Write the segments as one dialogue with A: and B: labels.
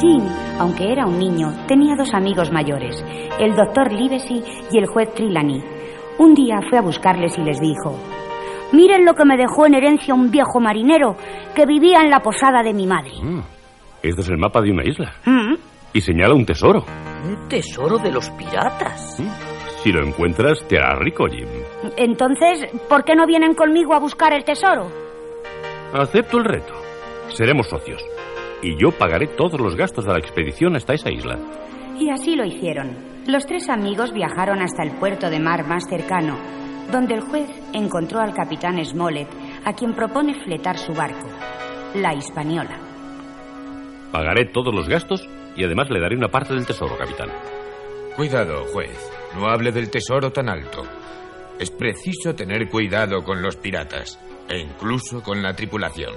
A: Jim, aunque era un niño, tenía dos amigos mayores, el doctor Livesey y el juez Trilani. Un día fue a buscarles y les dijo, Miren lo que me dejó en herencia un viejo marinero que vivía en la posada de mi madre.
B: Mm, Este es el mapa de una isla.
A: Mm,
B: Y señala un tesoro.
C: Un tesoro de los piratas.
B: Si lo encuentras, te hará rico, Jim.
A: Entonces, ¿por qué no vienen conmigo a buscar el tesoro?
B: Acepto el reto. Seremos socios. Y yo pagaré todos los gastos de la expedición hasta esa isla.
A: Y así lo hicieron. Los tres amigos viajaron hasta el puerto de mar más cercano, donde el juez encontró al capitán Smollett, a quien propone fletar su barco, la Hispaniola.
B: Pagaré todos los gastos y además le daré una parte del tesoro, capitán.
D: Cuidado, juez. No hable del tesoro tan alto. Es preciso tener cuidado con los piratas e incluso con la tripulación.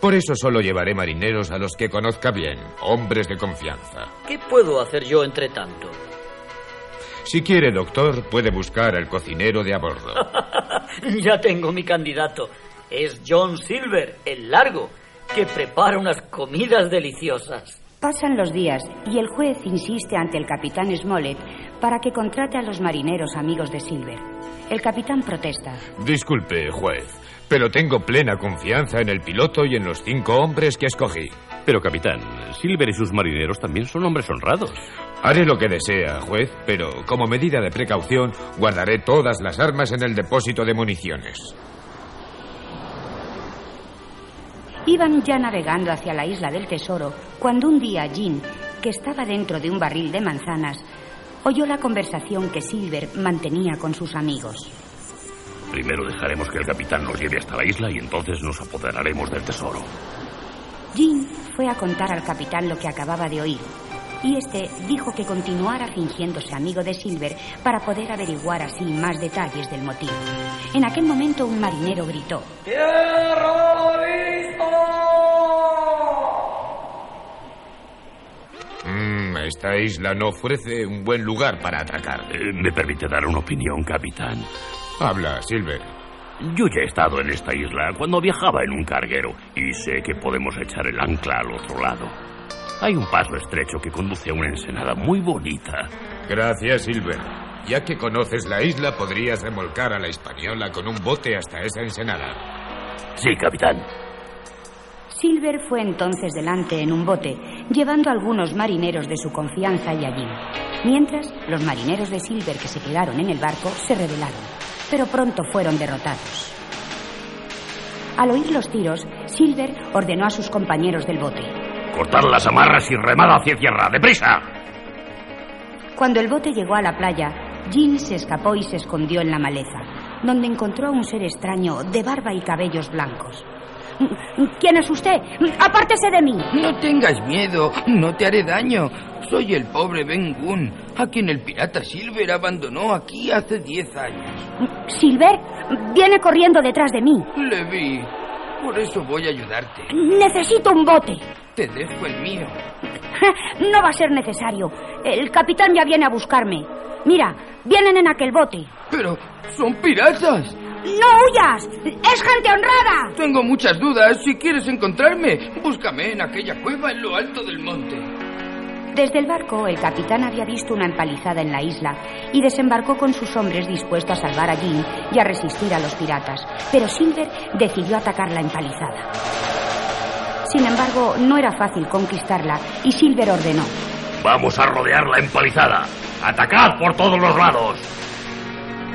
D: Por eso solo llevaré marineros a los que conozca bien, hombres de confianza.
C: ¿Qué puedo hacer yo entre tanto?
D: Si quiere, doctor, puede buscar al cocinero de a bordo.
C: Ya tengo mi candidato. Es John Silver, el largo, que prepara unas comidas deliciosas.
A: Pasan los días y el juez insiste ante el capitán Smollett para que contrate a los marineros amigos de Silver. El capitán protesta.
D: Disculpe, juez, pero tengo plena confianza en el piloto y en los cinco hombres que escogí.
B: Pero, capitán, Silver y sus marineros también son hombres honrados.
D: Haré lo que desea, juez, pero como medida de precaución guardaré todas las armas en el depósito de municiones.
A: Iban ya navegando hacia la isla del tesoro cuando un día Jean, que estaba dentro de un barril de manzanas, oyó la conversación que Silver mantenía con sus amigos.
B: Primero dejaremos que el capitán nos lleve hasta la isla y entonces nos apoderaremos del tesoro.
A: Jean fue a contar al capitán lo que acababa de oír y este dijo que continuara fingiéndose amigo de Silver para poder averiguar así más detalles del motivo. En aquel momento un marinero gritó.
D: Mm, esta isla no ofrece un buen lugar para atracar.
B: Eh, ¿Me permite dar una opinión, capitán?
D: Habla, Silver.
B: Yo ya he estado en esta isla cuando viajaba en un carguero y sé que podemos echar el ancla al otro lado. Hay un paso estrecho que conduce a una ensenada muy bonita.
D: Gracias, Silver. Ya que conoces la isla, podrías remolcar a la española con un bote hasta esa ensenada.
B: Sí, capitán.
A: Silver fue entonces delante en un bote, llevando a algunos marineros de su confianza y allí. Mientras, los marineros de Silver que se quedaron en el barco se rebelaron, pero pronto fueron derrotados. Al oír los tiros, Silver ordenó a sus compañeros del bote.
B: Cortar las amarras y remar hacia tierra, deprisa.
A: Cuando el bote llegó a la playa, Jean se escapó y se escondió en la maleza, donde encontró a un ser extraño de barba y cabellos blancos. "Mm, ¿Quién es usted? Mm, ¡Apártese de mí!
E: No tengas miedo, no te haré daño. Soy el pobre Ben Gunn, a quien el pirata Silver abandonó aquí hace 10 años.
A: Silver viene corriendo detrás de mí.
E: Le vi, por eso voy a ayudarte.
A: Necesito un bote.
E: Te dejo el mío.
A: No va a ser necesario. El capitán ya viene a buscarme. Mira, vienen en aquel bote.
E: Pero son piratas.
A: ¡No huyas! ¡Es gente honrada!
E: Tengo muchas dudas. Si quieres encontrarme, búscame en aquella cueva en lo alto del monte.
A: Desde el barco, el capitán había visto una empalizada en la isla y desembarcó con sus hombres dispuesto a salvar a Jim y a resistir a los piratas. Pero Silver decidió atacar la empalizada. Sin embargo, no era fácil conquistarla y Silver ordenó.
B: Vamos a rodear la empalizada. Atacad por todos los lados.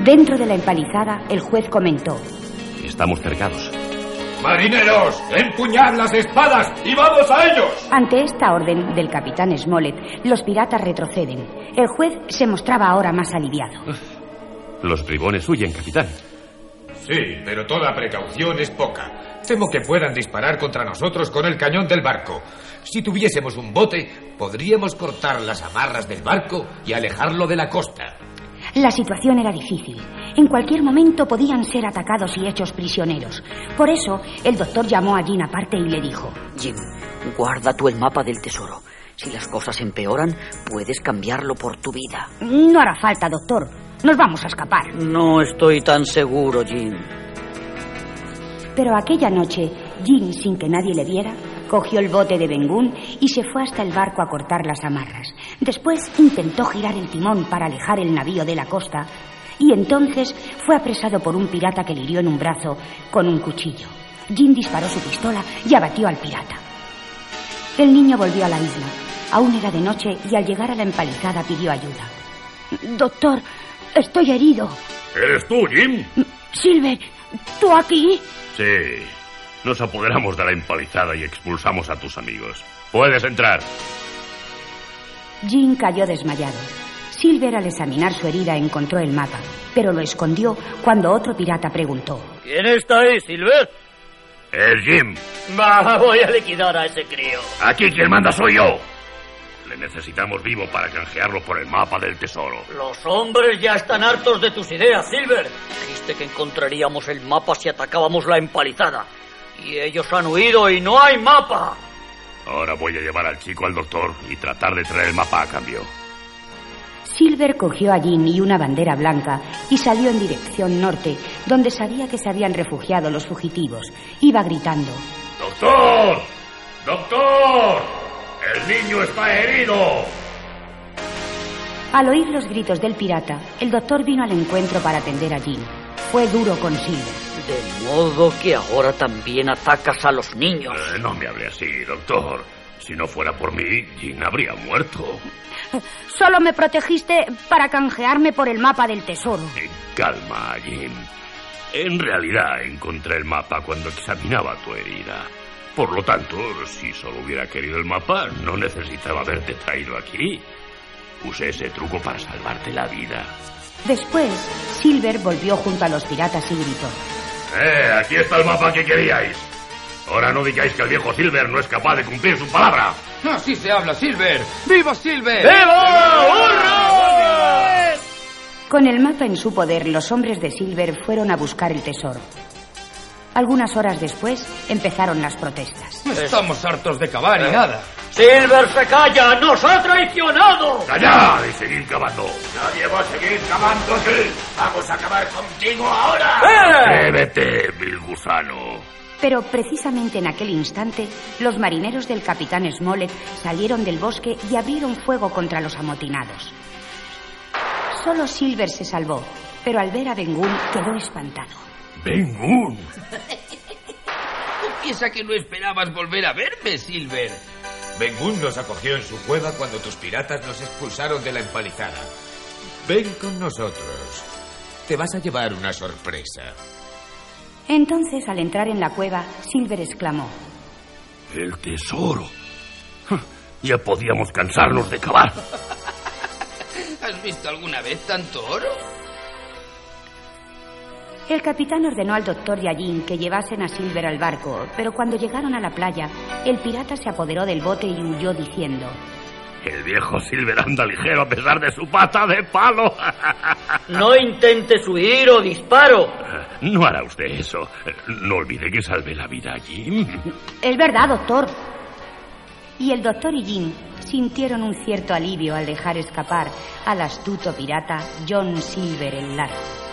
A: Dentro de la empalizada, el juez comentó.
B: Estamos cercados.
D: ¡Marineros! ¡Empuñad las espadas y vamos a ellos!
A: Ante esta orden del capitán Smollett, los piratas retroceden. El juez se mostraba ahora más aliviado.
B: Los bribones huyen, capitán.
D: Sí, pero toda precaución es poca. Temo que puedan disparar contra nosotros con el cañón del barco. Si tuviésemos un bote, podríamos cortar las amarras del barco y alejarlo de la costa.
A: La situación era difícil. En cualquier momento podían ser atacados y hechos prisioneros. Por eso, el doctor llamó a Jean aparte y le dijo.
C: Jim, guarda tú el mapa del tesoro. Si las cosas empeoran, puedes cambiarlo por tu vida.
A: No hará falta, doctor. Nos vamos a escapar.
C: No estoy tan seguro, Jim.
A: Pero aquella noche, Jean, sin que nadie le viera, cogió el bote de Bengún y se fue hasta el barco a cortar las amarras. Después intentó girar el timón para alejar el navío de la costa y entonces fue apresado por un pirata que le hirió en un brazo con un cuchillo. Jim disparó su pistola y abatió al pirata. El niño volvió a la isla. Aún era de noche y al llegar a la empalizada pidió ayuda. Doctor, estoy herido.
B: ¿Eres tú, Jim?
A: Silver, ¿tú aquí?
B: Sí. Nos apoderamos de la empalizada y expulsamos a tus amigos. Puedes entrar.
A: Jim cayó desmayado. Silver al examinar su herida encontró el mapa, pero lo escondió cuando otro pirata preguntó.
C: ¿Quién está ahí, Silver?
B: Es Jim.
C: Va, voy a liquidar a ese crío.
B: Aquí quien manda soy yo. Le necesitamos vivo para canjearlo por el mapa del tesoro.
C: Los hombres ya están hartos de tus ideas, Silver. Dijiste que encontraríamos el mapa si atacábamos la empalizada. Y ellos han huido y no hay mapa.
B: Ahora voy a llevar al chico al doctor y tratar de traer el mapa a cambio.
A: Silver cogió a Jim y una bandera blanca y salió en dirección norte, donde sabía que se habían refugiado los fugitivos. Iba gritando.
B: ¡Doctor! ¡Doctor! ¡El niño está herido!
A: Al oír los gritos del pirata, el doctor vino al encuentro para atender a Jim. Fue duro con Silver.
C: De modo que ahora también atacas a los niños.
B: Eh, no me hable así, doctor. Si no fuera por mí, Jim habría muerto.
A: Solo me protegiste para canjearme por el mapa del tesoro.
B: Eh, calma, Jim. En realidad encontré el mapa cuando examinaba tu herida. Por lo tanto, si solo hubiera querido el mapa, no necesitaba haberte traído aquí. Usé ese truco para salvarte la vida.
A: Después, Silver volvió junto a los piratas y gritó.
B: ¡Eh! Aquí está el mapa que queríais. Ahora no digáis que el viejo Silver no es capaz de cumplir su palabra.
E: Así se habla, Silver. ¡Viva Silver!
B: ¿Eh?
A: Con el mapa en su poder, los hombres de Silver fueron a buscar el tesoro. Algunas horas después empezaron las protestas.
E: Estamos hartos de cavar y nada.
C: Silver se calla, nos ha traicionado.
B: ¡Callad y seguid cavando! ¡Nadie va a seguir cavando aquí! ¡Vamos a acabar contigo ahora! ¡Bébete, vil gusano!
A: Pero precisamente en aquel instante, los marineros del capitán Smollett salieron del bosque y abrieron fuego contra los amotinados. Solo Silver se salvó, pero al ver a Bengun quedó espantado.
B: ¡Bengún!
E: Piensa que no esperabas volver a verme, Silver.
D: Bengun nos acogió en su cueva cuando tus piratas nos expulsaron de la empalizada. Ven con nosotros. Te vas a llevar una sorpresa.
A: Entonces, al entrar en la cueva, Silver exclamó.
B: ¡El tesoro! Ya podíamos cansarnos de cavar.
E: ¿Has visto alguna vez tanto oro?
A: El capitán ordenó al doctor y a Jim que llevasen a Silver al barco, pero cuando llegaron a la playa, el pirata se apoderó del bote y huyó diciendo.
B: El viejo Silver anda ligero a pesar de su pata de palo.
C: No intentes huir o disparo.
B: No hará usted eso. No olvide que salvé la vida a Jim.
A: Es verdad, doctor. Y el doctor y Jim sintieron un cierto alivio al dejar escapar al astuto pirata John Silver el Largo.